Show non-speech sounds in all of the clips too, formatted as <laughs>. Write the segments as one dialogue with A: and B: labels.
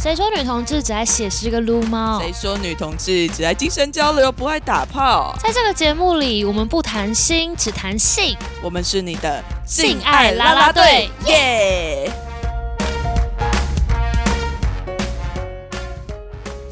A: 谁说女同志只爱写诗跟撸猫？
B: 谁说女同志只爱精神交流，不爱打炮？
A: 在这个节目里，我们不谈心，只谈性。
B: 我们是你的
A: 性爱啦啦队
B: 耶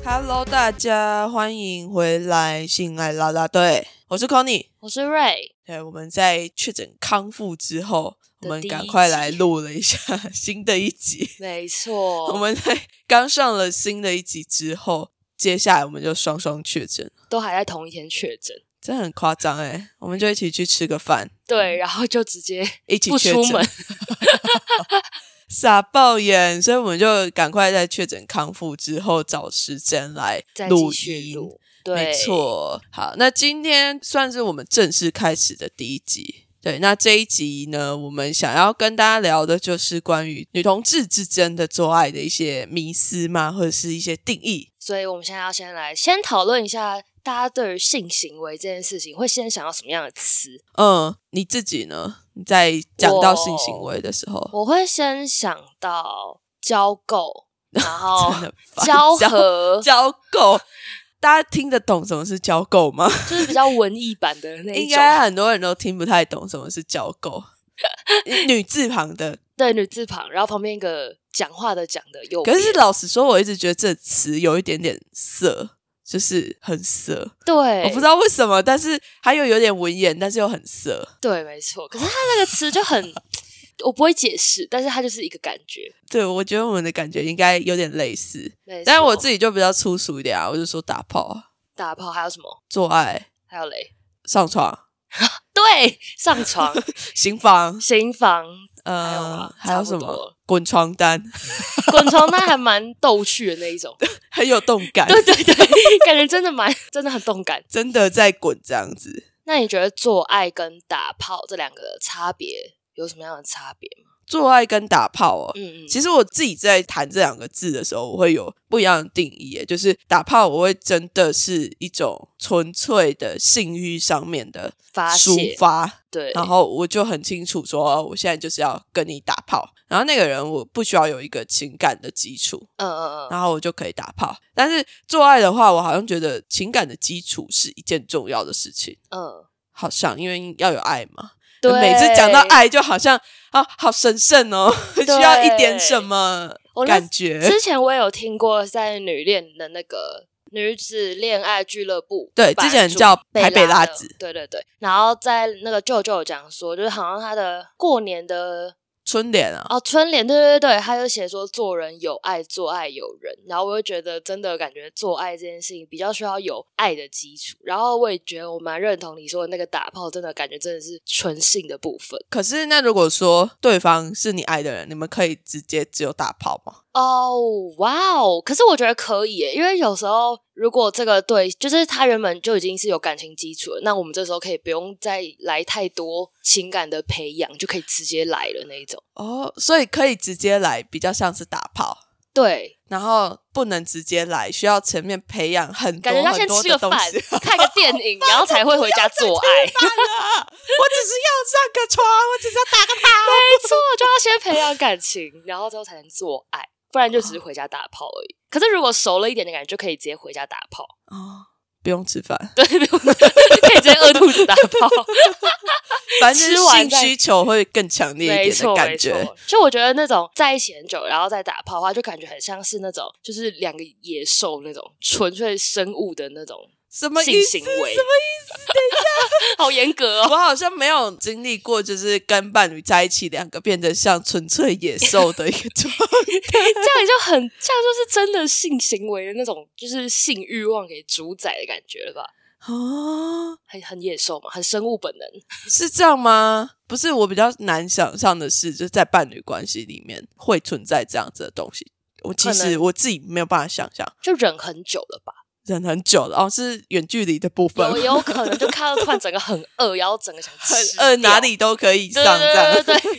B: ！Hello，大家欢迎回来，性爱啦啦队，我是 Conny。
A: 我是瑞，
B: 对，我们在确诊康复之后，我
A: 的
B: 们
A: 第一
B: 赶快来
A: 集
B: 录了一下新的一集。
A: 没错
B: <laughs> 我们在刚上了新的一集之后，接下来我们就双双确诊，
A: 都还在同一天确诊，
B: 真的很夸张哎、我们就一起去吃个饭，
A: 对，然后就直接
B: 一起
A: 不
B: 确
A: 出
B: 诊
A: 门，
B: <laughs> 傻爆眼，所以我们就赶快在确诊康复之后找时间来
A: 再
B: 录
A: 继续
B: 音。
A: 录。对，
B: 没，错，好，那今天算是我们正式开始的第一集。对，那这一集呢，我们想要跟大家聊的就是关于女同志之间的做爱的一些迷思嘛，或者是一些定义。
A: 所以我们现在要先来先讨论一下，大家对于性行为这件事情会先想到什么样的词？
B: 嗯，你自己呢？你在讲到性行
A: 我
B: 为的时候，
A: 我会先想到交媾，然后
B: 真的烦
A: 哦交
B: <laughs> 交
A: 合，
B: 交媾，大家听得懂什么是交媾吗？
A: 就是比较文艺版的那一
B: 应
A: 种。
B: 该啊很多人都听不太懂什么是交
A: <laughs>
B: 媾，女字旁的。
A: 对，女字旁，然后旁边一个讲话的讲的右边。
B: 可是老实说，我一直觉得这词有一点点色，就是很色。
A: 对，
B: 我不知道为什么，但是还有有点文言，但是又很色。
A: 对，没错。可是它那个词就很，我不会解释，但是它就是一个感觉。
B: 对，我觉得我们的感觉应该有点类似，
A: 没错
B: 但是我自己就比较粗俗一点啊，我就说打炮啊、
A: 打炮还有什么？
B: 做爱、
A: 还有嘞，
B: 上床、
A: 对，
B: <laughs>
A: 上床、
B: 行房，
A: 行房、还有
B: 呃
A: 吗，
B: 还有什
A: 差不多
B: 么
A: 了
B: 滚床单，
A: 滚床，那还蛮逗趣的那一种。
B: 很有动感，
A: 对对 <laughs> 对，感觉真的蛮，真的很动感。
B: <laughs> 真的在滚这样子。
A: 那你觉得做爱跟打炮这两个的差别有什么样的差别吗？
B: 做爱跟打炮哦，
A: 嗯嗯，
B: 其实我自己在谈这两个字的时候，我会有不一样的定义耶。就是打炮，我会真的是一种纯粹的性欲上面的
A: 发
B: 抒
A: 泄
B: 发，
A: 对，
B: 然后我就很清楚说，哦我现在就是要跟你打炮。然后那个人我不需要有一个情感的基础，
A: 嗯嗯嗯，
B: 然后我就可以打炮。但是做爱的话，我好像觉得情感的基础是一件重要的事情，
A: 嗯，
B: 好像因为要有爱嘛。
A: 对，
B: 每次讲到，爱，就好像啊，好神圣哦， <laughs> 需要一点什么
A: 我那
B: 感觉。
A: 之前我也有听过在女恋的那个女子恋爱俱乐部，
B: 对
A: 版
B: 之前
A: 主
B: 叫
A: 贝
B: 台北
A: 拉
B: 拉
A: 的
B: 子
A: 对对对。然后在那个舅舅有讲说，就是好像他的过年的
B: 春联啊，
A: 哦春联，对对对，他就写说做人有爱，做爱有人。然后我就觉得真的感觉做爱这件事情比较需要有爱的基础。然后我也觉得我蛮认同你说的那个打炮，真的感觉真的是纯性的部分。
B: 可是那如果说对方是你爱的人，你们可以直接只有打炮吗？
A: 哦，哇哦！可是我觉得可以耶，因为有时候如果这个对，就是他原本就已经是有感情基础了，那我们这时候可以不用再来太多情感的培养，就可以直接来了那一种。
B: 哦，所以可以直接来，比较像是打炮。
A: 对，
B: 然后不能直接来，需要前面培养很多
A: 感觉要
B: 很
A: 先
B: 多
A: 吃
B: 的 <laughs>
A: 个
B: 东
A: 饭
B: 西。，
A: 看个电影，然后才会回家做爱。
B: 饭啊！我只是要上个床，我只是要打个炮。
A: 没错，就要先培养感情，然后之后才能做爱，不然就只是回家打炮而已。 <laughs> 可是如果熟了一点的感觉，就可以直接回家打炮。 <laughs>
B: 哦，不用吃饭，
A: 对，没有可以直接饿肚子打炮。
B: 反正就是
A: 吃完
B: 性
A: 再
B: 需求会更强烈
A: <laughs> 没
B: 一点
A: 错，
B: 的
A: 没
B: 感
A: 错，
B: 觉。
A: 就我觉得那种在一起很久，然后再打炮的话，就感觉很像是那种就是两个野兽那种纯粹生物的那种
B: 什么
A: 性
B: 意思？
A: 行为。什么意思？等 <laughs> 一下，好严
B: <laughs>
A: 格哦。
B: 我好像没有经历过，就是跟伴侣在一起，两个变得像纯粹野兽的一个状态。
A: 这样就很这样，就是真的性行为的那种，就是性欲望给主宰的感觉了吧？
B: <laughs> 哦，
A: 很很野兽嘛，很生物本能。
B: 是这样吗？不是，我比较难想象的是，就在伴侣关系里面会存在这样子的东西。我其
A: 可
B: 实
A: 能
B: 我自己没有办法想象，
A: 就忍很久了吧，
B: 忍很久了哦，是远距离的部分
A: 有，也有可能就看到突然整个很饿，然后整个想吃
B: 很 <laughs> 呃
A: 掉
B: 哪里都可以
A: 对
B: 上这
A: 对
B: 样，
A: 对对，对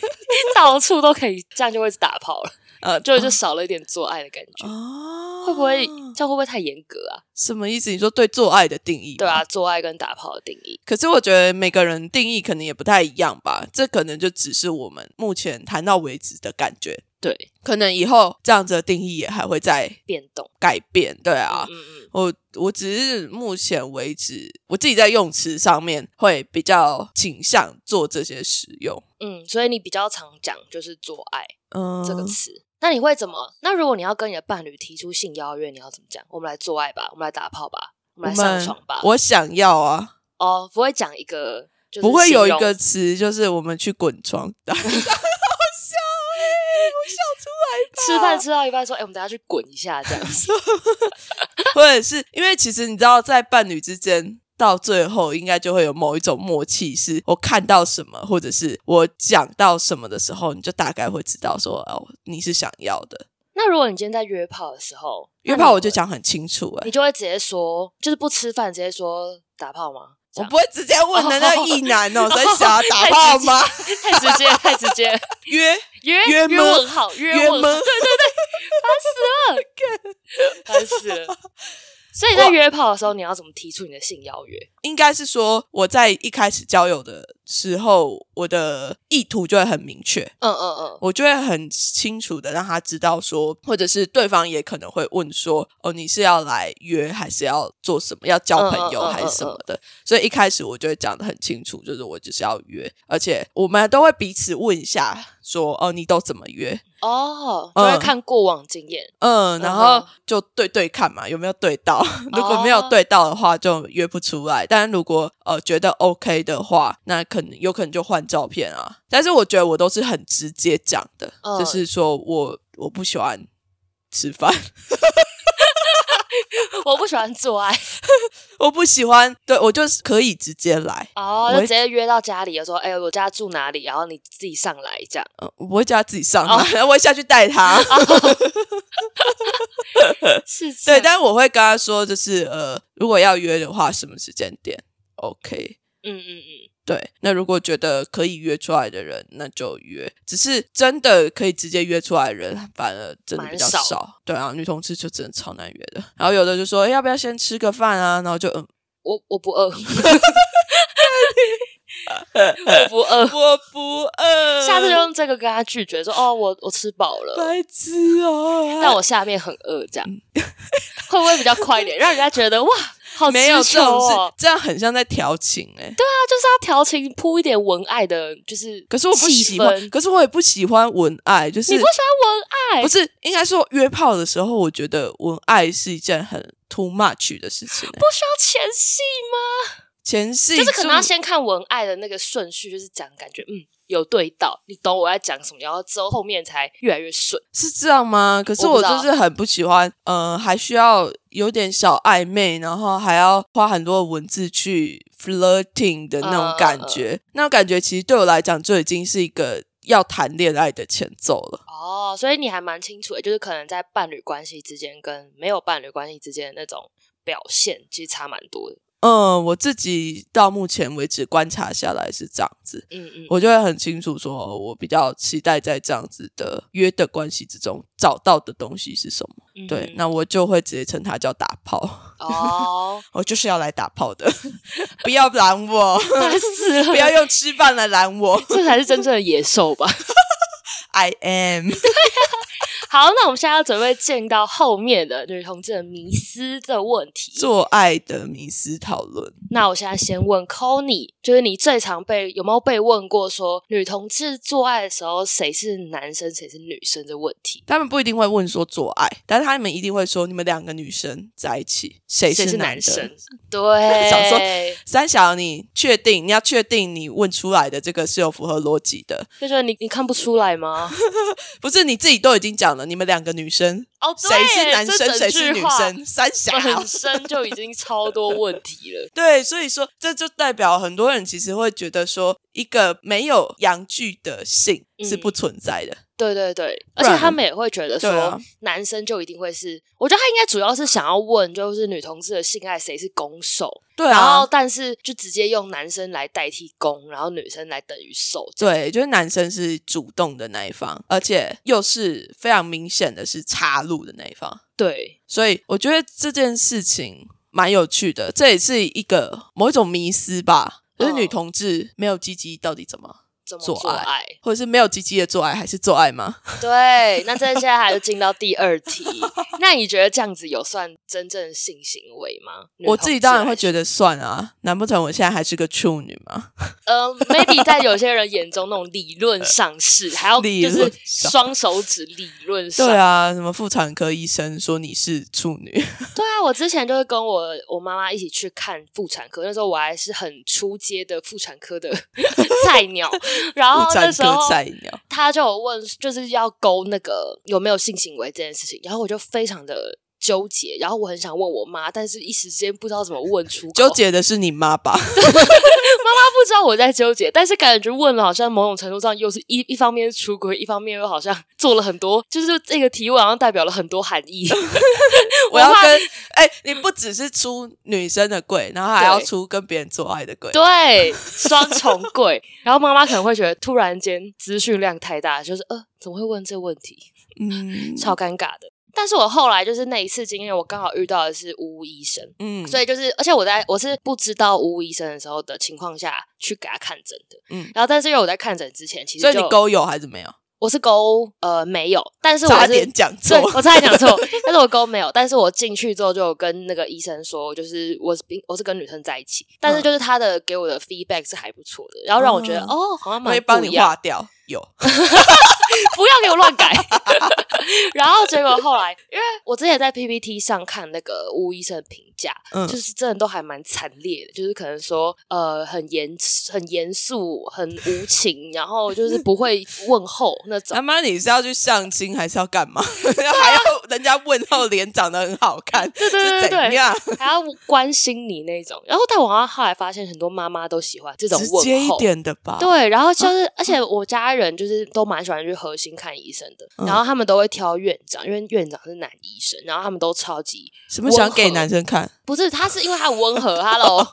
A: 到处都可以，这样就会打炮了，
B: 呃
A: 就就少了一点做爱的感觉。
B: 哦，
A: 会不会这样会不会太严格啊？
B: 什么意思？你说对做爱的定义？
A: 对啊，，做爱跟打炮的定义，
B: 可是我觉得每个人定义可能也不太一样吧，这可能就只是我们目前谈到为止的感觉。
A: 对
B: 可能以后这样子的定义也还会再
A: 变动
B: 改变，对啊，
A: 嗯嗯嗯，
B: 我我只是目前为止我自己在用词上面会比较倾向做这些使用，
A: 嗯，所以你比较常讲就是做爱
B: 嗯，
A: 这个词。那你会怎么？那如果你要跟你的伴侣提出性邀约，你要怎么讲？我们来做爱吧，我们来打炮吧，我
B: 我
A: 们来
B: 们
A: 上床吧。
B: 我想要啊，
A: 哦，不会讲一个，就是
B: 不会有一
A: 形容
B: 个词就是我们去滚床单，好笑哎、
A: 吃
B: 嗯
A: 饭吃到一半说：“哎、我们等下去滚一下。”这
B: <laughs>
A: 样子，
B: 或者是因为其实你知道，在伴侣之间到最后应该就会有某一种默契，是我看到什么，或者是我讲到什么的时候，你就大概会知道说哦，你是想要的。
A: 那如果你今天在约炮的时候，
B: 约
A: 那
B: 炮
A: 你
B: 我就
A: 会，
B: 讲很清楚、欸，
A: 你就会直接说，就是不吃饭，直接说打炮吗？这
B: 我
A: 样
B: 不会直接问的那意男哦，在想要打炮吗？ <laughs>
A: 太直接，太直接，
B: 约
A: <laughs> 约
B: 约吗
A: 问号，约
B: 约
A: 问
B: 吗
A: 号，？烦
B: <laughs>
A: 死了。所以在约炮的时候，你要怎么提出你的性邀约？
B: 应该是说我在一开始交友的时候，我的意图就会很明确。
A: 嗯嗯嗯，
B: 我就会很清楚的让他知道说，或者是对方也可能会问说，哦，你是要来约还是要做什么，要交朋友
A: 嗯嗯嗯
B: 还是什么的？所以一开始我就会讲的很清楚，就是我就是要约，而且我们都会彼此问一下说，哦，你都怎么约？
A: 哦，就会
B: 嗯
A: 看过往经验。
B: 嗯，然后
A: 嗯哼
B: 就对对看嘛，有没有对到？
A: <laughs>
B: 如果没有对到的话，就约不出来。但如果呃觉得 OK 的话，那可能有可能就换照片啊。但是我觉得我都是很直接讲的，
A: 嗯
B: 就是说我我不喜欢吃饭， <laughs>
A: 我不喜欢做爱，
B: 我不喜欢，对我就是可以直接来。
A: 哦，
B: 我
A: 就
B: 会
A: 直接约到家里，说：“哎、我家住哪里？”然后你自己上来这样。
B: 呃、我不会叫他自己上来，
A: 哦
B: <laughs> 我会下去带
A: <laughs>
B: 他。
A: 啊是这
B: 对，
A: 样，
B: 但是我会跟他说，就是呃，如果要约的话，什么时间点 OK？
A: 嗯嗯嗯，
B: 对，那如果觉得可以约出来的人，那就约。只是真的可以直接约出来的人，反而真的比较
A: 蛮少
B: 对啊，女同志就真的超难约的。然后有的就说、诶哎要不要先吃个饭啊？然后就嗯，
A: 我我不饿， <laughs> 我不饿。
B: 我不饿，
A: 下次就用这个跟他拒绝，说：“哦，我我吃饱了，
B: 白痴
A: <laughs>
B: 哦、
A: 但我下面很饿。”这样会不会比较快一点，让人家觉得哇，好
B: 没有
A: 知
B: 这
A: 足
B: 种
A: 哦
B: 事，这样很像在调情哎、
A: 他就是要调情，铺一点文爱的，就是
B: 可是我不
A: 气
B: 喜
A: 氛
B: 欢，可是我也不喜欢文爱，就是
A: 你不喜欢文爱，
B: 不是应该说约炮的时候，我觉得文爱是一件很 too much 的事情、欸。
A: 不需要前戏吗？
B: 前戏
A: 就是可能要
B: 我
A: 先看文爱的那个顺序，就是讲感觉嗯有对到，你懂我在讲什么，然后之后后面才越来越顺。
B: 是这样吗？可是
A: 我不
B: 我
A: 知道
B: 就是很不喜欢，呃，还需要有点小暧昧，然后还要花很多文字去 flirting 的那种感觉。
A: 嗯
B: 那种感觉其实对我来讲就已经是一个要谈恋爱的前奏了。
A: 哦，所以你还蛮清楚的，就是可能在伴侣关系之间跟没有伴侣关系之间的那种表现，其实差蛮多的。
B: 嗯，我自己到目前为止观察下来是这样子，
A: 嗯嗯，
B: 我就会很清楚说，哦我比较期待在这样子的约的关系之中找到的东西是什么。
A: 嗯
B: 对，那我就会直接称它叫打炮， <laughs>
A: 哦，
B: 我就是要来打炮的， <laughs> 不要拦我。
A: 烦死了，
B: 不要用吃饭来拦我
A: 这才是真正的野兽吧。
B: ，I
A: <laughs>
B: am。
A: 好，那我们现在要准备进到后面的女同志的迷思的问题。
B: 做爱的迷思讨论，
A: 那我现在先问 c o n y 就是你最常被有没有被问过说女同志做爱的时候谁是男生谁是女生的问题？
B: 他们不一定会问说做爱，但是他们一定会说你们两个女生在一起，谁
A: 谁是
B: 男
A: 男
B: 的
A: 生？对，
B: <laughs> 想说三小，你确定？你要确定你问出来的这个是有符合逻辑的，
A: 就觉得你你看不出来吗？
B: 不是你自己都已经讲了，你们两个女生，
A: 哦，对
B: 谁是男
A: 这
B: 生，
A: 整
B: 谁
A: 句
B: 是女
A: 话
B: 生？三小，
A: 本身就已经超多问题了。
B: 对，所以说这就代表很多人其实会觉得说，一个没有阳具的性是不存在的。
A: <laughs> 对对对，
B: 不
A: 而
B: 然
A: 且他们也会觉得
B: 对啊
A: 说，男生就一定会是，我觉得他应该主要是想要问，就是女同志的性爱谁是攻受，
B: 对啊，
A: 然后但是就直接用男生来代替攻，然后女生来等于受，
B: 对，就是男生是主动的那一方，而且又是非常明显的是插入的那一方，
A: 对，
B: 所以我觉得这件事情蛮有趣的，这也是一个某一种迷思吧，就是
A: 哦
B: 女同志没有鸡鸡到底怎么？
A: 怎么
B: 做
A: 做
B: 爱
A: 爱？
B: <laughs> 或者是没有鸡鸡的做爱还是做爱吗？
A: 对，那这现在还就进到第二题。 <laughs> 那你觉得这样子有算真正性行为吗？
B: 我自己当然会觉
A: 得，
B: 得算啊，难不成我现在还是个处女吗？
A: 呃，maybe 在有些人眼中那种理论上是，还要
B: 理
A: 就
B: 论
A: 是
B: 上
A: 双手指理论上。
B: 对啊，什么妇产科医生说你是处女，
A: 对啊，我之前就是跟我我妈妈一起去看妇产科，那时候我还是很出街的妇产科的 <laughs> 菜鸟，然后
B: <laughs> 妇
A: 哦那
B: 产
A: 时候
B: 科菜鸟，
A: 他就有问，就是要勾那个有没有性行为这件事情，然后我就非常的纠结，然后我很想问我妈，但是一时间不知道怎么问出口，
B: 纠结的是你妈吧？
A: 哦她不知道我在纠结，但是感觉问了好像某种程度上又是一一方面是出轨，一方面又好像做了很多，就是这个提问好像代表了很多含
B: <laughs>
A: 义。
B: <laughs> 我要
A: 我怕
B: 跟哎、你不只是出女生的贵，然后还要
A: 对
B: 出跟别人做爱的贵。
A: 对，双重柜。然后妈妈可能会觉得突然间资讯量太大，就是呃，怎么会问这问题，
B: 嗯
A: 超尴尬的。但是我后来就是那一次经验，我刚好遇到的是吴医生，
B: 嗯
A: 所以就是，而且我在我是不知道吴医生的时候的情况下去给他看诊的，
B: 嗯
A: 嗯，然后但是因为我在看诊之前，其实
B: 所以你
A: 就
B: 勾友还是没有？
A: 我是勾呃没有，但是我
B: 差
A: 是
B: 点讲
A: 对，
B: 错。
A: 我差点讲错，但是我勾没有，但是我进去之后就有跟那个医生说，就是我是并我是跟女生在一起，但是就是他的给我的 feedback 是还不错的，然后让我觉得、
B: 嗯
A: 哦，好像
B: <laughs> 我
A: 蛮
B: 会
A: 不
B: 帮
A: 一
B: 你
A: 样，
B: 划掉，有
A: 不要给我
B: <laughs>
A: 乱改。然后结果后来，因为我之前在 PPT 上看那个吴医生的评价，
B: 嗯
A: 就是真的都还蛮惨烈的，就是可能说呃很严很严肃、很无情，然后就是不会问候那种。
B: 他妈你是要去相亲还是要干嘛？ <laughs> 还要人家问候脸长得很好看，
A: 对对 <laughs> 对
B: <laughs> 是
A: 对对
B: 怎样？ <laughs>
A: 还要关心你那种。然后，但我好像后来发现，很多妈妈都喜欢这种
B: 直接
A: 问
B: 一
A: 候。
B: 点的吧。嗯
A: 对，然后就是，而且我家人就是都蛮喜欢去核心看医生的，
B: 嗯
A: 然后他们都会挑院长，因为院长是男医生，然后他们都超级
B: 什么想给
A: 温和
B: 男生看？
A: 不是，他是因为他很
B: <laughs>
A: 温和，Hello，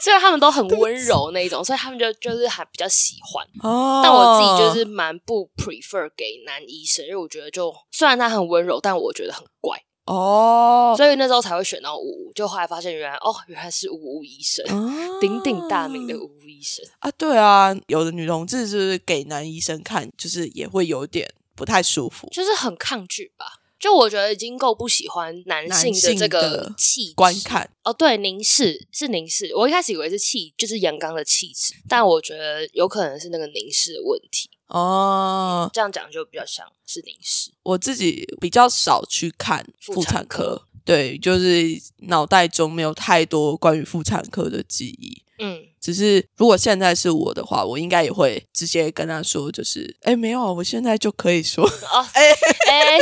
A: 所以他们都很温柔那一种，所以他们就就是还比较喜欢。
B: 哦，
A: 但我自己就是蛮不 prefer 给男医生，因为我觉得就虽然他很温柔，但我觉得很怪，
B: 哦，
A: 所以那时候才会选到五五。就后来发现原来哦，原来是五五医生。
B: 啊
A: 鼎鼎大名的吴医生。
B: 啊，对啊，有的女同志就是给男医生看，就是也会有点不太舒服。
A: 就是很抗拒吧。就我觉得已经够不喜欢男性的这
B: 男性
A: 个
B: 的
A: 气质
B: 观看
A: 哦，对，凝视是凝视。我一开始以为是气，就是阳刚的气质，但我觉得有可能是那个凝视的问题。
B: 哦，
A: 这样讲就比较像是凝视。
B: 我自己比较少去看
A: 妇
B: 妇产
A: 产科
B: 科，对，就是脑袋中没有太多关于妇产科的记忆。
A: 嗯，
B: 只是如果现在是我的话，我应该也会直接跟他说，就是哎，没有啊，我现在就可以说，
A: 哦，哎、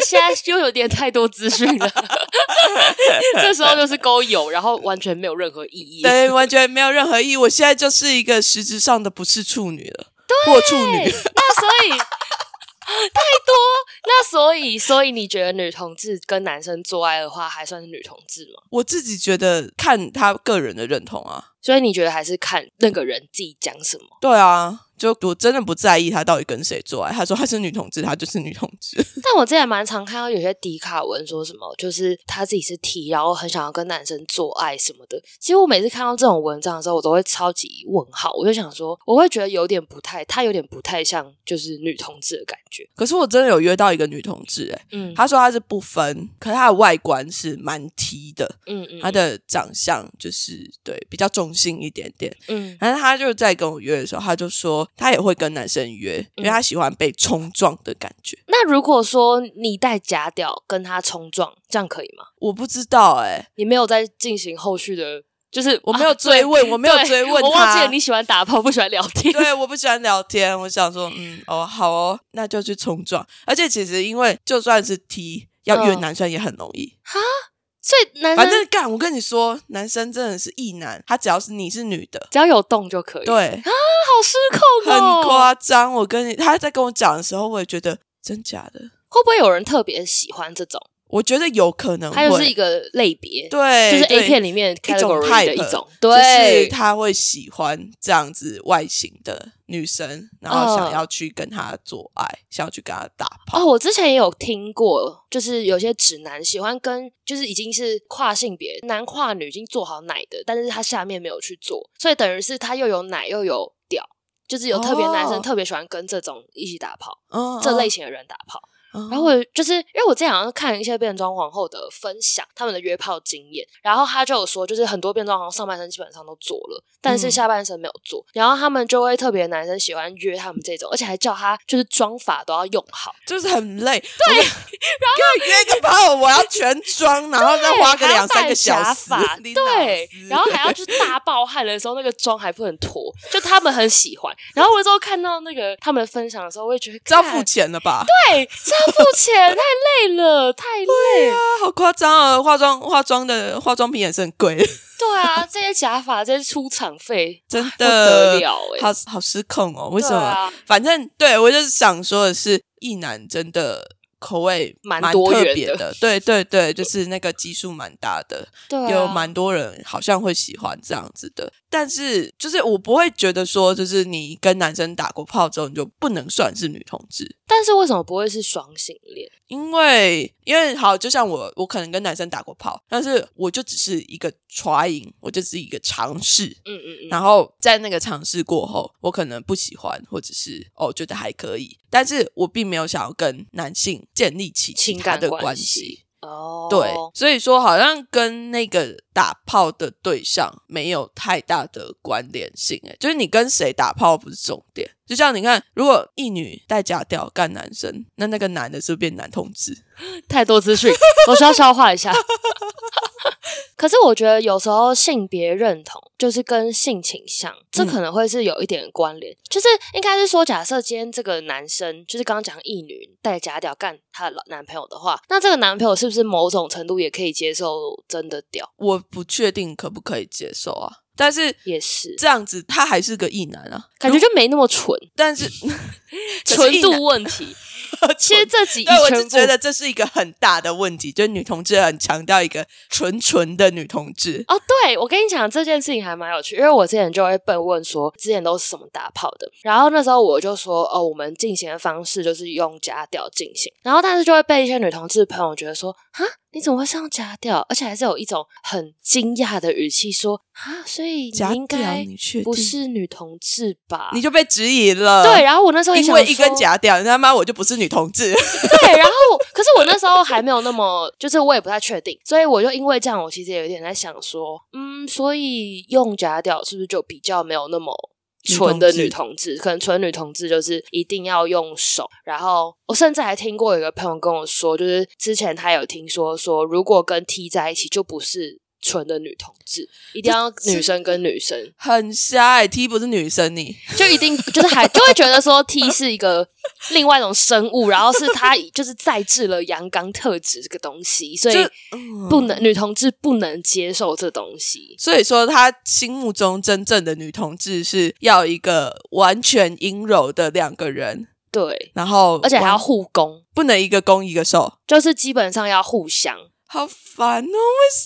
A: 现在又有点太多资讯了。 <laughs> 这时候就是勾友，然后完全没有任何意义。
B: <laughs> 对，完全没有任何意义。我现在就是一个实质上的不是处女了，或处女。
A: 那所以太多，那所以所以你觉得女同志跟男生做爱的话，还算是女同志吗？
B: 我自己觉得看他个人的认同啊，
A: 所以你觉得还是看那个人自己讲什么？
B: 对啊，就我真的不在意他到底跟谁做爱。他说他是女同志，他就是女同志。 <laughs>
A: 但我之前蛮常看到有些迪卡文说什么，就是他自己是 T，然后很想要跟男生做爱什么的。其实我每次看到这种文章的时候，我都会超级问号，我就想说，我会觉得有点不太，他有点不太像就是女同志的感觉。
B: 可是我真的有约到一个女同志、欸，
A: 嗯，
B: 她说她是不分，可是她的外观是蛮 T 的，
A: 嗯嗯，
B: 她的长相就是对比较中性一点点。
A: 嗯
B: 然后她就在跟我约的时候，她就说她也会跟男生约，因
A: 嗯
B: 为她喜欢被冲撞的感觉。
A: 那如果说你戴假屌跟他冲撞，这样可以吗？
B: 我不知道哎、
A: 你没有在进行后续的，就是啊
B: 我没有追问我没有追问
A: 我忘记
B: 他
A: 了你喜欢打炮，不喜欢聊天。
B: <laughs> 对，我不喜欢聊天，我想说，嗯，哦，好哦，那就去冲撞。而且其实因为就算是 T，要约
A: 嗯
B: 男生也很容易。
A: 所以男
B: 反
A: 生
B: 正干，我跟你说，男生真的是异男，他只要是你是女的，
A: 只要有动就可以。，
B: 对，
A: 他好失控
B: 很
A: 哦，
B: 夸张。我跟你，他在跟我讲的时候，我也觉得真假的，
A: 会不会有人特别喜欢这种？
B: 我觉得有可能
A: 它就是一
B: 会，
A: 个类别，
B: 对，
A: 就是
B: 对
A: A 片里面
B: 一种
A: category 的
B: type，
A: 一种。
B: 就是
A: 对，
B: 他会喜欢这样子外形的女生，然后想
A: 嗯
B: 要去跟她做爱，想要去跟她打炮。
A: 哦，我之前也有听过，就是有些直男喜欢跟，就是已经是跨性别男跨女已经做好奶的，但是他下面没有去做，所以等于是他又有奶又有屌，就是有特别男生
B: 哦
A: 特别喜欢跟这种一起打炮、
B: 嗯
A: 哦这类，型的人打炮。
B: 嗯
A: 然后我就是因为我之前好像看一些变装皇后的分享，他们的约炮经验，然后他就有说，就是很多变装皇后上半身基本上都做了，但是
B: 嗯
A: 下半身没有做，然后他们就会特别男生喜欢约他们这种，而且还叫他就是妆法都要用好，
B: 就是很累，对，然后约个炮，我要全装，然后再花个
A: 还要
B: 两三
A: 戴
B: 个小
A: 假
B: 时
A: 发，
B: <laughs> 你
A: 对
B: 脑，子
A: 然后还要去大
B: <laughs>
A: 爆汗的时候，那个妆还不能脱，就他们很喜欢。然后我之后看到那个他们的分享的时候，我也觉得
B: 这要
A: 干
B: 付钱了吧？
A: 对，这要付钱，太累了，太累了。
B: 啊，好夸张哦！化妆化妆的化妆品也是很贵， <laughs>
A: 对啊，这些假发，这些出场费
B: 真
A: 不得
B: 的
A: 了哎、
B: 好好失控哦！为什
A: 对
B: 么？
A: 啊
B: 反正对我就是想说的是，一男真的口味
A: 蛮多
B: 特
A: 元
B: 别
A: 的
B: 的，对对对，就是那个基数蛮大的，
A: 对啊，
B: 有蛮多人好像会喜欢这样子的。但是就是我不会觉得说，就是你跟男生打过炮之后，你就不能算是女同志。
A: 但是为什么不会是双性恋？
B: 因为因为好，就像我，我可能跟男生打过炮，但是我就只是一个 trying，我就只是一个尝试，
A: 嗯嗯嗯，
B: 然后在那个尝试过后，我可能不喜欢，或者是哦觉得还可以，但是我并没有想要跟男性建立起其
A: 情
B: 他
A: 感
B: 的
A: 关
B: 系。
A: 哦，
B: 对，所以说好像跟那个打炮的对象没有太大的关联性，诶，就是你跟谁打炮不是重点。就像你看，如果一女带假屌干男生，那那个男的是不是变男同志？
A: 太多
B: <laughs>
A: 资讯，我需要消化一下。 <laughs> 可是我觉得有时候性别认同就是跟性倾向，这
B: 嗯
A: 可能会是有一点关联。就是应该是说，假设今天这个男生就是刚刚讲异女带假屌干她的老男朋友的话，那这个男朋友是不是某种程度也可以接受真的屌？
B: 我不确定可不可以接受啊。但是
A: 也是，
B: 这样子，他还是个异男啊。
A: 感觉就没那么
B: <laughs>
A: 蠢，
B: 但
A: <laughs>
B: 是
A: 纯
B: 异
A: 度
B: 男 <laughs>
A: 问题。 <laughs> 其实这集
B: 对，我
A: 全
B: 就
A: 部
B: 觉得这是一个很大的问题，就是女同志很强调一个纯纯的女同志。
A: 哦，对，我跟你讲这件事情还蛮有趣，因为我之前就会被问说，之前都是什么打炮的，然后那时候我就说，哦，我们进行的方式就是用假屌进行，然后但是就会被一些女同志朋友觉得说，啊，你怎么会上假屌？而且还是有一种很惊讶的语气说，啊，所以
B: 假
A: 你应
B: 屌
A: 该
B: 你确定
A: 不是女同志吧？
B: 你就被质疑了。
A: 对，然后我那时候也
B: 因
A: 想
B: 为一根
A: 说
B: 假屌，你他妈我就不是女同志。 <laughs>
A: 对，然后可是我那时候还没有那么，就是我也不太确定，所以我就因为这样，我其实也有点在想说，嗯，所以用假屌是不是就比较没有那么。纯的女
B: 女
A: 同志，可能纯女同志就是一定要用手。然后我甚至还听过有个朋友跟我说，就是之前他有听说说，如果跟 T 在一起就不是纯的女同志，一定要女生跟女生，
B: 很瞎哎、t 不是女生你，
A: 就一定就是还就会觉得说 T 是一个另外一种生物，然后是它就是载制了阳刚特质这个东西，所以
B: 这嗯
A: 不能女同志不能接受这东西。
B: 所以说他心目中真正的女同志是要一个完全阴柔的两个人，
A: 对，
B: 然后
A: 而且还要
B: 完
A: 互攻，
B: 不能一个攻一个受，
A: 就是基本上要互相，
B: 好烦哦！为什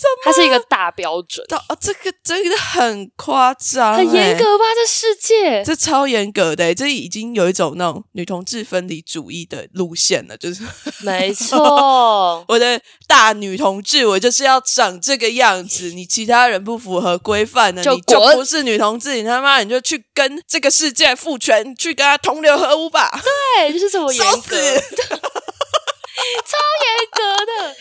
B: 么？
A: 它是一个大标准，
B: 到哦，这个真的很夸张、
A: 很严
B: 欸
A: 格吧？这世界
B: 这 <laughs> 超严格的欸，这已经有一种那种女同志分离主义的路线了。就是，
A: 没错
B: 我的大女同志，我就是要长这个样
A: <laughs>
B: 子，你其他人不符合规范的，
A: 就
B: 你就
A: 滚
B: 不是女同志，你他妈你就去跟这个世界父权，去跟他同流合污吧，
A: 对，就是这么严
B: 烧
A: 格，
B: 死！
A: 严 <laughs> 格的。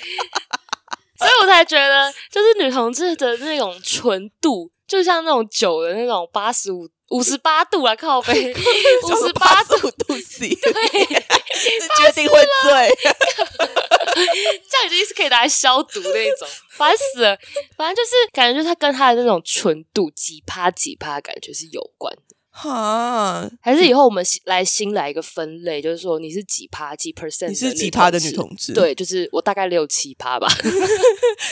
A: 所以我才觉得，就是女同志的那种纯度，就像那种酒的那种八十五、五十八度啊，靠背 <laughs>
B: <laughs>
A: 五十八
B: 八度度 C，对，是决定会醉。
A: <laughs> 这样已经是可以拿来消毒那一种，烦死了。反正就是感觉，就是它跟它的那种纯度几趴几趴的感觉是有关的。
B: 哈，
A: 还是以后我们新来新来一个分类，就是说你是几趴几 percent，
B: 你是几趴的女
A: 同
B: 同志？
A: 志？，对，就是我大概六七趴吧，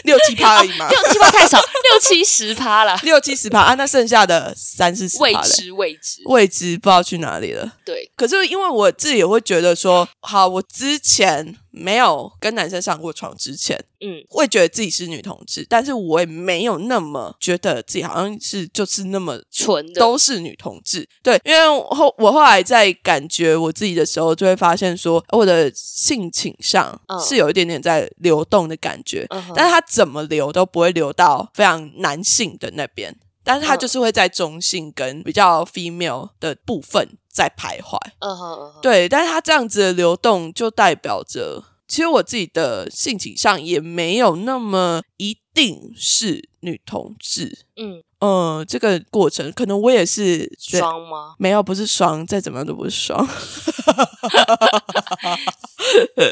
B: 六七趴而已嘛，
A: 六七趴
B: <laughs>
A: 太少，六七十趴啦，
B: 六七十趴啊，那剩下的三四十
A: 未
B: 趴嘞。
A: 知未知。
B: 位置不知道去哪里了。
A: 对，
B: 可是因为我自己也会觉得说，好，我之前没有跟男生上过床之前，
A: 嗯，
B: 会觉得自己是女同志，但是我也没有那么觉得自己好像是就是那么
A: 纯的
B: 都是女同志。对，因为我后我后来在感觉我自己的时候，就会发现说，我的性倾向
A: 嗯
B: 是有一点点在流动的感觉，
A: 嗯哼
B: 但是它怎么流都不会流到非常男性的那边。但是它
A: 嗯
B: 就是会在中性跟比较 female 的部分在徘徊。
A: 嗯哼嗯哼，
B: 对，但是它这样子的流动就代表着，其实我自己的性倾向也没有那么一定是女同志。
A: 嗯，
B: 呃，这个过程可能我也是觉得
A: 双吗？
B: 没有，不是双，再怎么样都不是双。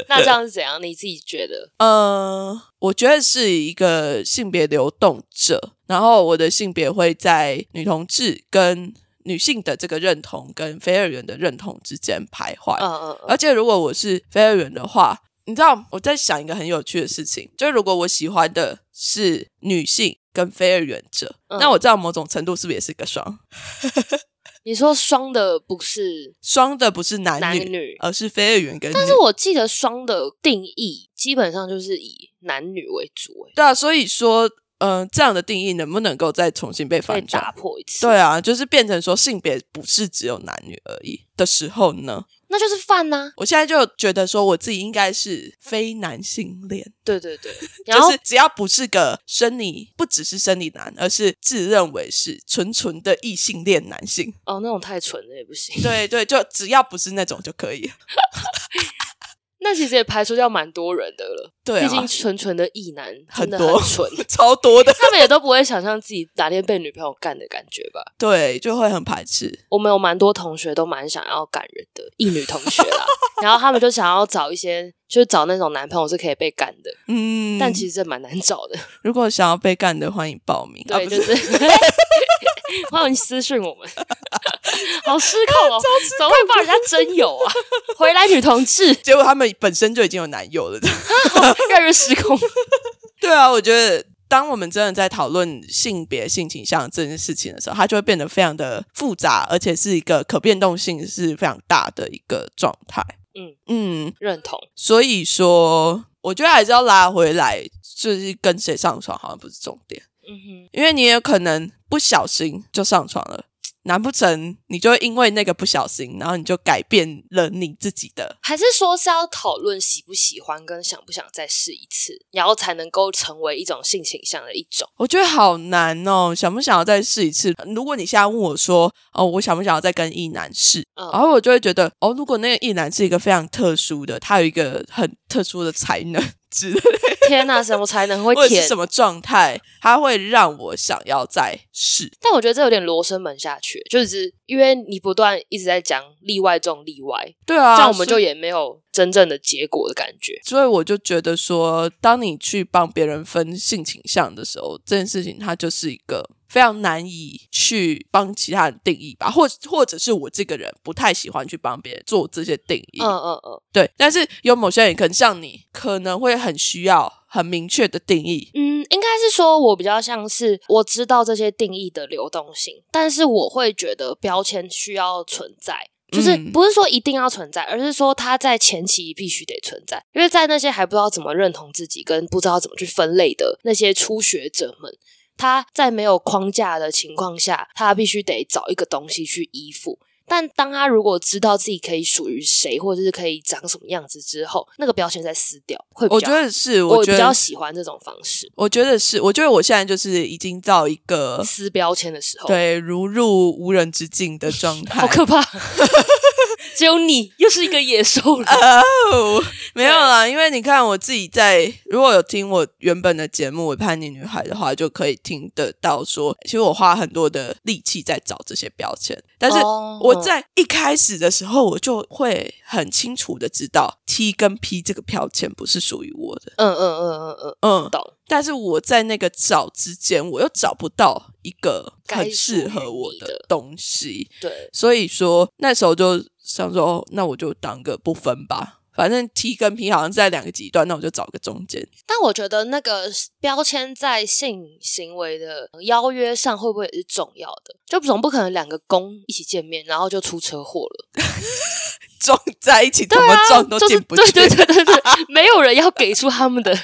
A: 那这样是怎样？你自己觉得？
B: <laughs> 呃，我觉得是一个性别流动者，然后我的性别会在女同志跟女性的这个认同跟非二元的认同之间徘徊。
A: 嗯嗯嗯
B: 而且如果我是非二元的话，你知道我在想一个很有趣的事情，就是如果我喜欢的是女性跟非二元者，
A: 嗯
B: 那我知道某种程度是不是也是个双？
A: 你说双的不是，
B: 双的不是男女，嗯
A: 男女
B: 而是非二元跟女。
A: 但是我记得双的定义基本上就是以男女为主、欸，
B: 对啊，所以说，嗯、这样的定义能不能够再重新被
A: 可以
B: 翻
A: 打
B: 转？
A: 破一次。
B: 对，啊，就是变成说性别不是只有男女而已的时候呢，
A: 那就是犯呐、
B: 我现在就觉得说我自己应该是非男性恋，
A: 对对
B: <laughs>
A: 对，然后、
B: 就是只要不是个生理，不只是生理男，而是自认为是纯纯的异性恋男性。 <laughs>
A: 哦，那种太蠢了也不行。 <laughs>
B: 对对，就只要不是那种就可以。
A: 那其实也排除掉蛮多人的了，
B: 对
A: 毕竟
B: 啊，
A: 纯纯的异男
B: 很
A: 真的
B: 多
A: 很蠢，
B: 超多的，
A: 他们也都不会想象自己哪天被女朋友干的感觉吧？
B: 对，就会很排斥。
A: 我们有蛮多同学都蛮想要感人的，一女同学啦，然后他们就想要找一些，就是找那种男朋友是可以被干的，
B: 嗯，
A: 但其实这蛮难找的。
B: 如果想要被干的，欢迎报名。啊、
A: 对，
B: 不
A: 就是是欢迎私讯我们，好失控哦，怎么会帮人家真有啊？回来女同志， <laughs>
B: 结果他们本身就已经有男友了。 <laughs>
A: 越来越失控。
B: 对啊，我觉得当我们真的在讨论性别、性倾向这件事情的时候，它就会变得非常的复杂，而且是一个可变动性是非常大的一个状态。
A: 嗯
B: 嗯，
A: 认同，
B: 所以说，我觉得还是要拉回来，就是跟谁上床好像不是重点，
A: 嗯
B: 因为你也有可能不小心就上床了。难不成你就会因为那个不小心，然后你就改变了你自己的
A: 还是说是要讨论喜不喜欢跟想不想再试一次，然后才能够成为一种性倾向的一种。
B: 我觉得好难哦，想不想要再试一次？如果你现在问我说，哦，我想不想要再跟一男试？
A: 嗯
B: 然后我就会觉得，哦，如果那个一男是一个非常特殊的，他有一个很特殊的才能 <laughs> 之类的，
A: 天哪、什么才能会
B: 或者
A: 甜
B: 是？什么状态，他会让我想要再试。
A: 但我觉得这有点罗生门下去，就是因为你不断一直在讲例外中例外，
B: 对啊，
A: 这样我们就
B: 所以
A: 也没有真正的结果的感觉。
B: 所以我就觉得说，当你去帮别人分性倾向的时候，这件事情它就是一个非常难以去帮其他人定义吧，或或者是我这个人不太喜欢去帮别人做这些定义。
A: 嗯嗯嗯
B: 对，但是有某些人可能像你，可能会很需要很明确的定义。
A: 嗯，应该是说我比较像是我知道这些定义的流动性，但是我会觉得标签需要存在。就是
B: 嗯
A: 不是说一定要存在，而是说它在前期必须得存在，因为在那些还不知道怎么认同自己跟不知道怎么去分类的那些初学者们，他在没有框架的情况下，他必须得找一个东西去依附。但当他如果知道自己可以属于谁，或者是可以长什么样子之后，那个标签再撕掉，会比较
B: 我觉得是，
A: 我
B: 觉
A: 比较
B: 得，
A: 喜欢这种方式，
B: 我觉得是，我觉得我现在就是已经到一个
A: 撕标签的时候，，
B: 对如入无人之境的状态。
A: 好可怕， <laughs> 只有你又是一个野兽了，
B: 哦，没有啦，因为你看我自己在，如果有听我原本的节目《我叛逆女孩》的话，就可以听得到说，其实我花很多的力气在找这些标签，但是
A: 哦
B: 我在一开始的时候，我就会很清楚的知道 T 跟 P 这个标签不是属于我的，
A: 嗯嗯嗯嗯嗯，
B: 嗯，
A: 懂。
B: 但是我在那个找之间，我又找不到一个很
A: 该属于
B: 适合我
A: 你
B: 的
A: 的
B: 东西，
A: 对，
B: 所以说那时候就想说，哦那我就当个不分吧，反正 T 跟 P 好像在两个极端，那我就找个中间。
A: 但我觉得那个标签在性行为的邀约上会不会也是重要的？就总不可能两个公一起见面，然后就出车祸了，
B: 撞在一起怎
A: 对
B: 么
A: 啊，
B: 撞都
A: 就是
B: 进不去，
A: 对对对对 <laughs> 对，没有人要给出他们的，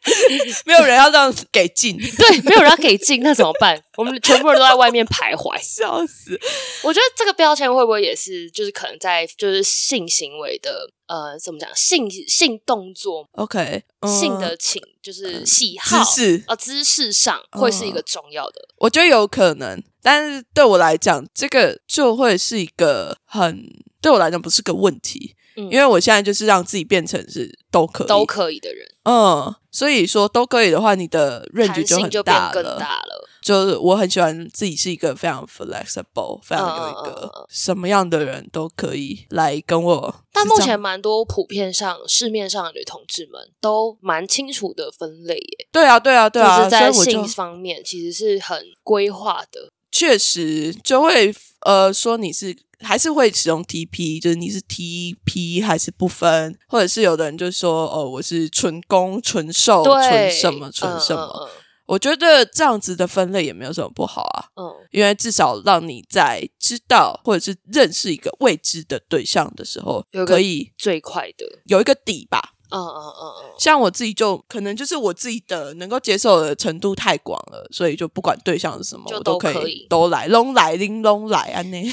A: <laughs>
B: 没有人要让给进，
A: 对，没有人要给进，那怎么办？我们全部人都在外面徘徊，
B: 笑死！
A: 我觉得这个标签会不会也是，就是可能在就是性行为的呃怎么讲性性动作、
B: OK，嗯呃
A: 性的倾就是喜好
B: 姿势，嗯
A: 啊姿势上会是一个重要的。
B: 我觉得有可能，但是对我来讲，这个就会是一个很对我来讲不是个问题，
A: 嗯
B: 因为我现在就是让自己变成是都可以，
A: 都可以的人，
B: 嗯，所以说都可以的话，你的
A: 弹
B: range
A: 性
B: 很
A: 就变
B: 大
A: 更
B: 了。
A: 大了。
B: 就是我很喜欢自己是一个非常 flexible，非常有一
A: 嗯嗯嗯
B: 个什么样的人都可以来跟我。
A: 但目
B: 是这样
A: 前蛮多普遍上市面上的女同志们都蛮清楚的分类耶，
B: 对啊，对啊，对啊，
A: 就是
B: 所
A: 在
B: 以我
A: 性
B: 就
A: 方面其实是很规划的。
B: 确实就会呃说你是还是会使用 TP，就是你是 TP 还是不分，或者是有的人就说哦我是纯攻、纯受、
A: 对，
B: 纯哦什么、纯
A: 嗯
B: 什么。我觉得这样子的分类也没有什么不好啊，
A: 嗯嗯
B: 因为至少让你在知道或者是认识一个未知的对象的时候
A: 有，个
B: 可以
A: 最快的，
B: 有一个底吧。
A: 嗯嗯嗯嗯，
B: 像我自己就可能就是我自己的能够接受的程度太广了，所以就不管对象是什么，
A: 就
B: 我都
A: 都可
B: 以
A: 以
B: 都来，拢来拎拢来 <laughs> 啊呢。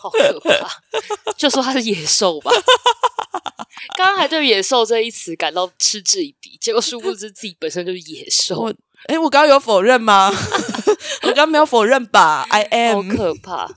A: 好可怕， <laughs> 就说他是野兽吧。 <laughs> 刚刚还对野兽这一词感到嗤之以鼻，结果殊不知自己本身就是野兽，
B: 我哎，我刚刚有否认
A: <laughs>
B: 吗？我刚刚没有否认吧？I
A: 好 <laughs>
B: am。
A: 可怕。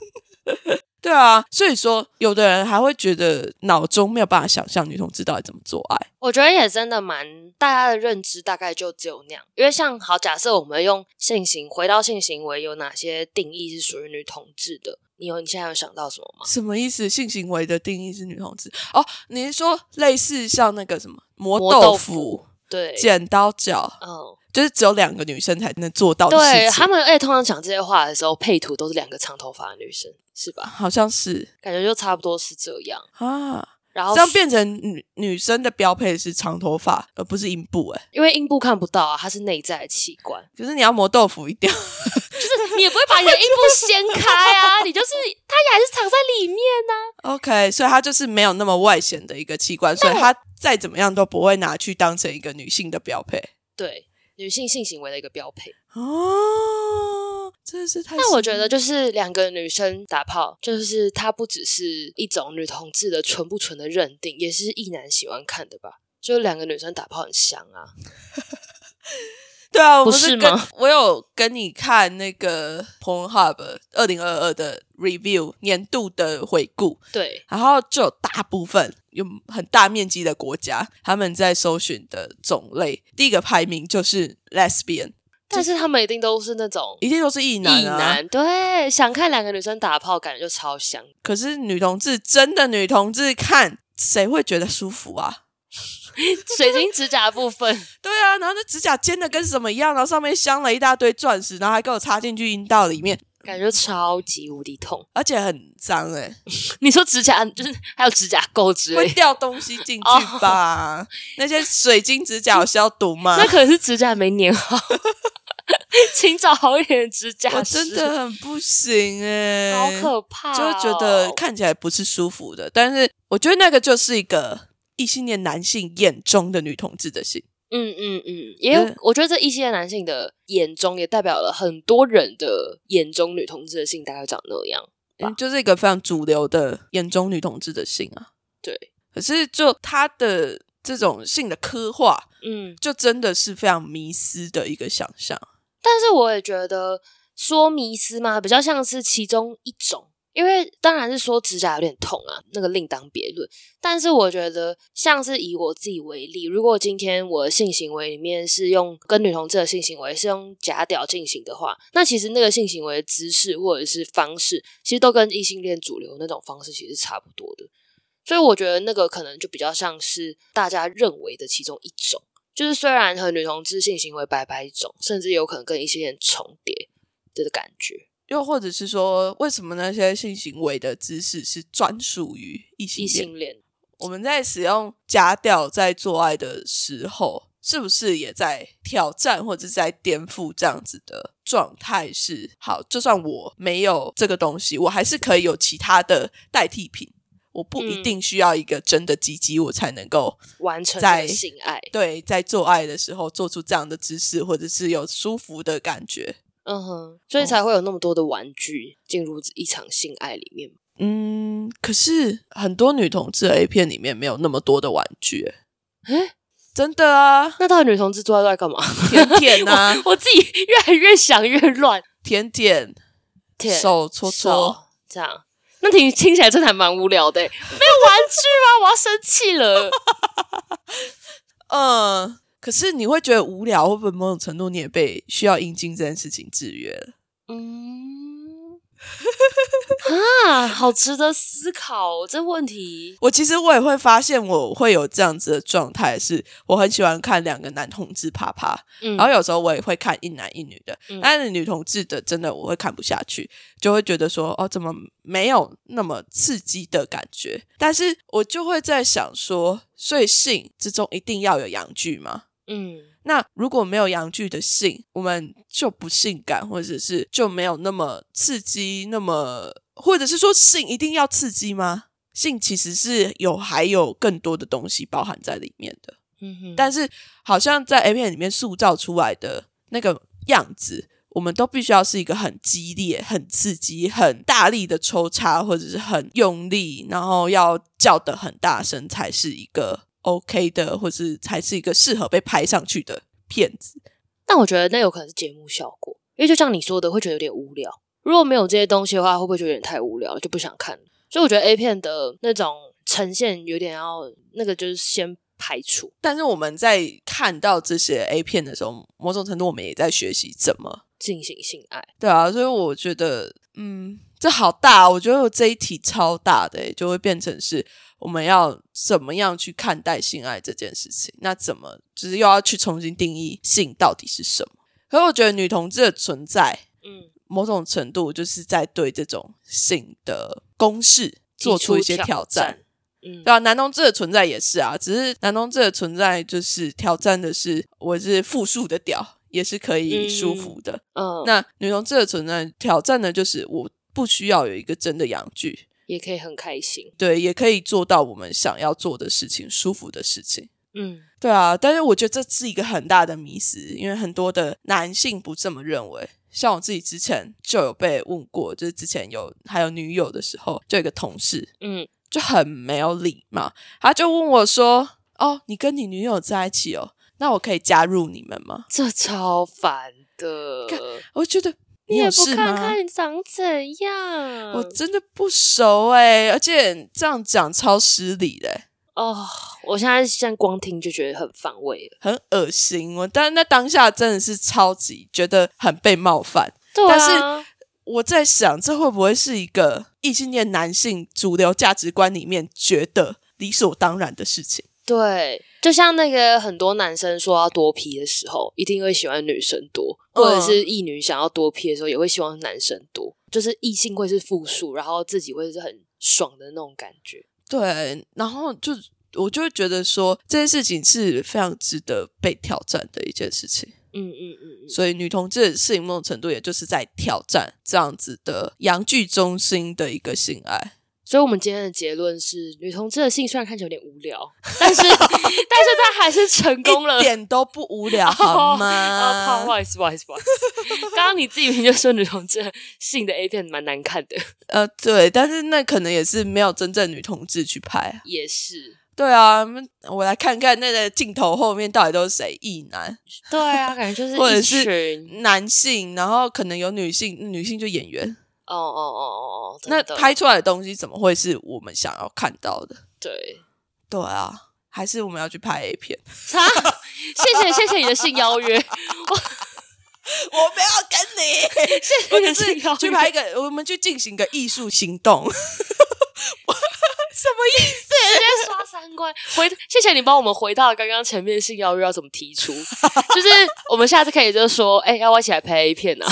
B: 对啊，所以说有的人还会觉得脑中没有办法想象女同志到底怎么做爱。
A: 我觉得也真的蛮，大家的认知大概就只有那样。因为像好，假设我们用性行回到性行为有哪些定义是属于女同志的？你有你现在有想到什么吗？
B: 什么意思？性行为的定义是女同志哦？你是说类似像那个什么磨
A: 磨
B: 豆
A: 豆
B: 腐
A: 腐、对，
B: 剪刀脚，
A: 嗯，
B: 就是只有两个女生才能做到的事情？
A: 对他们，哎，通常讲这些话的时候，配图都是两个长头发的女生，是吧？
B: 好像是
A: 感觉就差不多是这样。
B: 啊，
A: 然后
B: 这样变成女女生的标配是长头发，而不是阴部哎、
A: 因为阴部看不到啊，它是内在的器官，
B: 可是你要磨豆腐一定 <laughs> 要
A: 就是你也不会把你的阴部掀开啊，你就是它也还是藏在里面呢、
B: OK，所以它就是没有那么外显的一个器官，所以它再怎么样都不会拿去当成一个女性的标配
A: 对，女性性行为的一个标配。
B: 哦，真的是太……
A: 但我觉得，就是两个女生打炮，就是它不只是一种女同志的纯不纯的认定，也是异男喜欢看的吧。就两个女生打炮很香啊，
B: 对啊，我
A: 不
B: 不是
A: 是
B: 跟
A: 吗
B: 我有跟你看那个 Pornhub 二零二二的 review 年度的回顾，
A: 对，
B: 然后就有大部分有很大面积的国家，他们在搜寻的种类，第一个排名就是 lesbian，
A: 但是他们一定都是那种
B: 一定都是异
A: 异
B: 男啊。
A: 男，对，想看两个女生打炮，感觉就
B: <laughs>
A: 超香。
B: 可是女同志真的女同志看，谁会觉得舒服啊？
A: 水晶指甲部分，
B: 对啊，然后那指甲尖的跟什么一样，然后上面镶了一大堆钻石，然后还给我插进去阴道里面，
A: 感觉超级无敌痛。
B: 而且很脏哎、
A: 你说指甲就是还有指甲垢之
B: 会
A: 类的，
B: 掉东西进
A: 哦
B: 去吧？那些水晶指甲有消毒吗
A: <laughs> 那？可是指甲没粘好，请找好一点的指甲
B: 我
A: 师
B: 真的很不行哎、
A: 好可怕、
B: 就会觉
A: 哦
B: 得，看起来不是舒服的。但是我觉得那个就是一个异性恋男性眼中的女同志的性，
A: 嗯嗯嗯，也有
B: 对，
A: 我觉得这一些男性的眼中也代表了很多人的眼中女同志的性大概长那样。吧
B: 嗯，就是一个非常主流的眼中女同志的性啊。
A: 对，
B: 可是就她的这种性的刻画，
A: 嗯，
B: 就真的是非常迷失的一个想象。
A: 但是我也觉得说迷思嘛，比较像是其中一种。因为当然是说指甲有点痛啊，那个另当别论。但是我觉得，像是以我自己为例，如果今天我的性行为里面是用跟女同志的性行为是用假屌进行的话，那其实那个性行为的姿势或者是方式，其实都跟异性恋主流那种方式其实是差不多的。所以我觉得那个可能就比较像是大家认为的其中一种。就是虽然和女同志性行为百百种，甚至有可能跟一些人重叠的感觉，
B: 又或者是说，为什么那些性行为的姿势是专属于异性
A: 异
B: 恋？
A: 性恋
B: 我们在使用假屌在做爱的时候，是不是也在挑战或者是在颠覆这样子的状态是？好，就算我没有这个东西，我还是可以有其他的代替品。我不一
A: 嗯
B: 定需要一个真的鸡鸡，我才能够
A: 完成
B: 在
A: 这个性爱，
B: 对在做爱的时候做出这样的姿势，或者是有舒服的感觉。哦
A: 嗯哼，所以才会有那么多的玩具进入一场性爱里面。
B: 嗯，可是很多女同志的 A 片里面没有那么多的玩具、欸，
A: 诶
B: 真的啊，
A: 那到底女同志做爱都在干嘛？ <laughs>
B: 甜点 <laughs> 啊，
A: 我自己越来越想越乱，
B: 甜点，
A: 舔
B: 手搓
A: 手
B: 搓，
A: 这样。那听听起来真的还蛮无聊的欸，没有玩具吗？我要生
B: <laughs>
A: 气了。
B: 嗯。可是你会觉得无聊，会不会某种程度你也被需要阴茎这件事情制约了？
A: 嗯，啊，好值得思考哦这问题。
B: 我其实我也会发现，我会有这样子的状态，是我很喜欢看两个男同志啪啪，
A: 嗯，
B: 然后有时候我也会看一男一女的，
A: 嗯
B: 但是女同志的真的我会看不下去，就会觉得说哦，怎么没有那么刺激的感觉？但是我就会在想说，所以性之中一定要有阳具吗？
A: 嗯
B: 那如果没有阳具的性，我们就不性感，或者是就没有那么刺激，那么或者是说性一定要刺激吗？性其实是有还有更多的东西包含在里面的。
A: 嗯哼，
B: 但是好像在 A 片里面塑造出来的那个样子，我们都必须要是一个很激烈、很刺激、很大力的抽插，或者是很用力，然后要叫的很大声，才是一个 OK 的，或是才是一个适合被拍上去的片子。
A: 但我觉得那有可能是节目效果，因为就像你说的，会觉得有点无聊。如果没有这些东西的话，会不会就有点太无聊了，就不想看了？所以我觉得 A 片的那种呈现有点要那个，就是先排除。
B: 但是我们在看到这些 A 片的时候，某种程度我们也在学习怎么
A: 进行性爱，
B: 对啊，所以我觉得，嗯，这好大，我觉得我这一题超大的、欸，就会变成是我们要怎么样去看待性爱这件事情？那怎么就是又要去重新定义性到底是什么？可是我觉得女同志的存在，
A: 嗯，
B: 某种程度就是在对这种性的公式做
A: 提
B: 出一些挑
A: 挑
B: 战。，
A: 嗯，
B: 对啊，男同志的存在也是啊，只是男同志的存在就是挑战的是我是复数的屌，也是可以舒服的。
A: 嗯，
B: 那女同志的存在挑战呢，就是我不需要有一个真的阳具，
A: 也可以很开心，
B: 对，也可以做到我们想要做的事情，舒服的事情。
A: 嗯
B: 对啊，但是我觉得这是一个很大的迷思，因为很多的男性不这么认为。像我自己之前就有被问过，就是之前有还有女友的时候，就有一个同事
A: 嗯，
B: 就很没有礼貌，他就问我说：“哦，你跟你女友在一起哦，那我可以加入你们吗
A: 这超烦的。？”
B: 我觉得
A: 你
B: 有
A: 也不
B: 事吗
A: 看看长怎样，
B: 我真的不熟哎、而且这样讲超失礼的欸、
A: 哦，我现在现在光听就觉得很反胃了。
B: 很恶心。我但那当下真的是超级觉得很被冒犯。
A: 对
B: 但
A: 啊
B: 是，我在想，这会不会是一个异性恋男性主流价值观里面觉得理所当然的事情？
A: 对，就像那个很多男生说要多 P 的时候，一定会喜欢女生多，
B: 嗯
A: 或者是异女想要多 P 的时候，也会希望男生多，就是异性会是复数，然后自己会是很爽的那种感觉。
B: 对，然后就我就会觉得说这件事情是非常值得被挑战的一件事情。
A: 嗯嗯嗯嗯，
B: 所以女同志的事情某种程度也就是在挑战这样子的阳具中心的一个性爱。
A: 所以我们今天的结论是，女同志的性虽然看起来有点无聊， <laughs> 但是但是她还是成功了 <laughs>
B: 一。点都不无聊，
A: 哦
B: 好
A: 啊，
B: 吗？
A: 不好意思，不好意思，不好意思。刚刚你自己明明就说女同志的性的 A 片蛮难看的，
B: 呃，对，但是那可能也是没有真正女同志去拍啊。
A: 也是。
B: 对啊，嗯我来看看那个镜头后面到底都是谁，异男、
A: 对啊，感觉就是
B: 或者
A: 一
B: 是
A: 群，
B: 男性，然后可能有女性，女性就演员。
A: 哦哦哦哦哦，真
B: 那
A: 的
B: 拍出来的东西怎么会是我们想要看到的？
A: 对，
B: 对啊，还是我们要去拍 A 片？ <laughs>
A: 啥？谢谢谢谢你的性邀约，
B: 我没有跟你，
A: 谢
B: <laughs>
A: 谢
B: 我
A: 你的
B: 只
A: <laughs> 性邀
B: 是 <laughs> 去
A: 约。
B: 拍一个，我们去进行一个艺术行动。我什么意思？
A: 直接刷三观，回谢谢你帮我们回到刚刚前面性邀约要怎么提
B: <laughs>
A: 出，就是我们下次可以就说，哎、要不要一起来拍 A 片啊？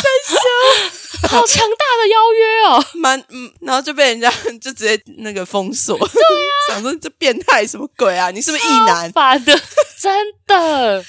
A: 好强大的邀约哦！ <laughs>
B: 蛮嗯，然后就被人家 <laughs> 就直接那个封锁，对啊， <laughs> 想说这变态什么鬼啊？你是不是异男？
A: 烦的，真的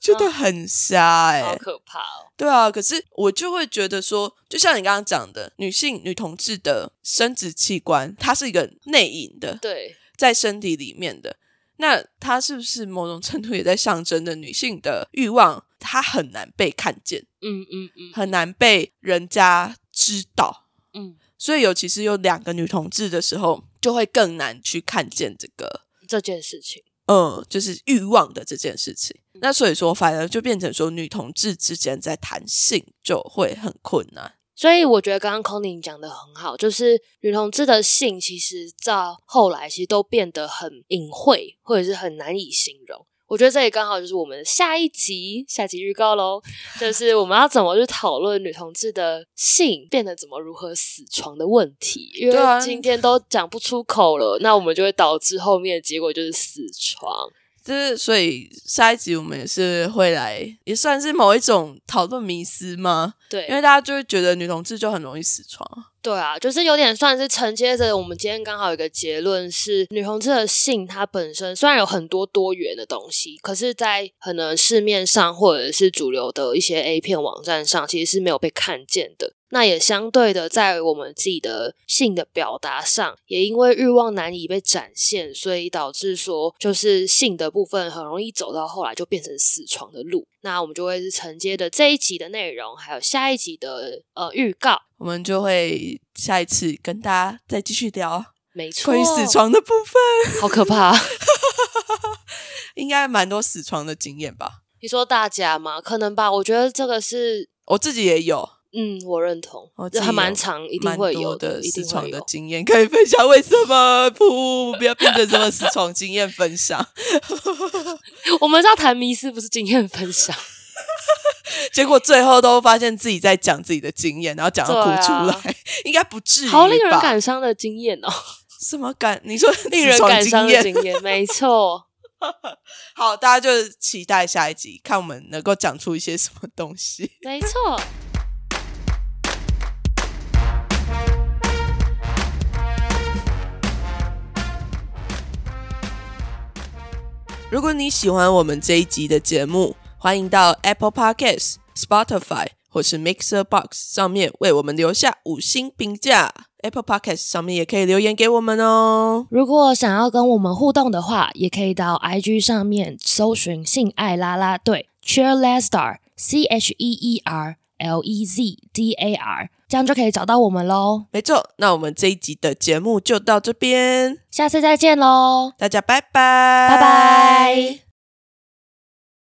B: 觉得很瞎哎、
A: 好可怕哦。
B: 对啊，可是我就会觉得说，就像你刚刚讲的，女性女同志的生殖器官，它是一个内隐的，
A: 对，
B: 在身体里面的，那它是不是某种程度也在象征着女性的欲望，它很难被看见，
A: 嗯嗯嗯
B: 很难被人家知道。
A: 嗯，
B: 所以尤其是有两个女同志的时候，就会更难去看见这个
A: 这件事情。
B: 嗯，就是欲望的这件事情。那所以说，反而就变成说，女同志之间在谈性就会很困难。
A: 所以我觉得刚刚空宁讲的很好，就是女同志的性，其实到后来其实都变得很隐晦，或者是很难以形容。我觉得这也刚好就是我们下一集下集预告喽，就是我们要怎么去讨论女同志的性变得怎么如何死床的问题，因为
B: 对啊
A: 今天都讲不出口了，那我们就会导致后面的结果就是死床。
B: 就是所以下一集我们也是会来，也算是某一种讨论迷思吗？
A: 对，
B: 因为大家就会觉得女同志就很容易死床啊。
A: 对啊，就是有点算是承接着我们今天刚好有一个结论是，女同志的性它本身虽然有很多多元的东西，可是，在可能市面上或者是主流的一些 A 片网站上，其实是没有被看见的。那也相对的，在我们自己的性的表达上，也因为欲望难以被展现，所以导致说，就是性的部分很容易走到后来就变成死床的路。那我们就会是承接的这一集的内容，还有下一集的呃预告。
B: 我们就会下一次跟大家再继续聊
A: 没错，
B: 关于死床的部分，
A: 好可怕！
B: 啊应该蛮多死床的经验吧。
A: <laughs> 你说大家吗？可能吧，我觉得这个是，
B: 我自己也有，
A: 嗯，我认同，
B: 我哦自
A: 这
B: 己
A: 还蛮
B: 有
A: 长，一定
B: 蛮
A: 会
B: 多
A: 有
B: 的
A: 一
B: 死
A: 定
B: 床
A: 会
B: 的
A: 有。
B: 经验可以分享。为什么不不要变成什么死床经验分享？
A: 我们是要谈迷思，不是经验
B: <laughs>
A: 分享。
B: 结果最后都发现自己在讲自己的经验，然后讲到哭出来，
A: 对啊
B: 应该不至于吧？
A: 好令人感伤的经验
B: <laughs>
A: 哦，
B: 什么感？你
A: <laughs>
B: 说
A: 令人感
B: 死
A: 伤
B: 床经
A: 的
B: 验？
A: 经验，没错。
B: 好，大家就期待下一集，看我们能够讲出一些什么东西。
A: 没
B: <laughs>
A: 错，
B: 如果你喜欢我们这一集的节目，欢迎到 Apple Podcasts、Spotify 或是 Mixer Box 上面为我们留下五星评价。Apple Podcasts 上面也可以留言给我们哦。
A: 如果想要跟我们互动的话，也可以到 IG 上面搜寻“性爱啦啦队 ”（Cheerleadstar C H E E R L E Z D A R），这样就可以找到我们喽。
B: 没错，那我们这一集的节目就到这边，
A: 下次再见喽，
B: 大家拜拜，
A: 拜拜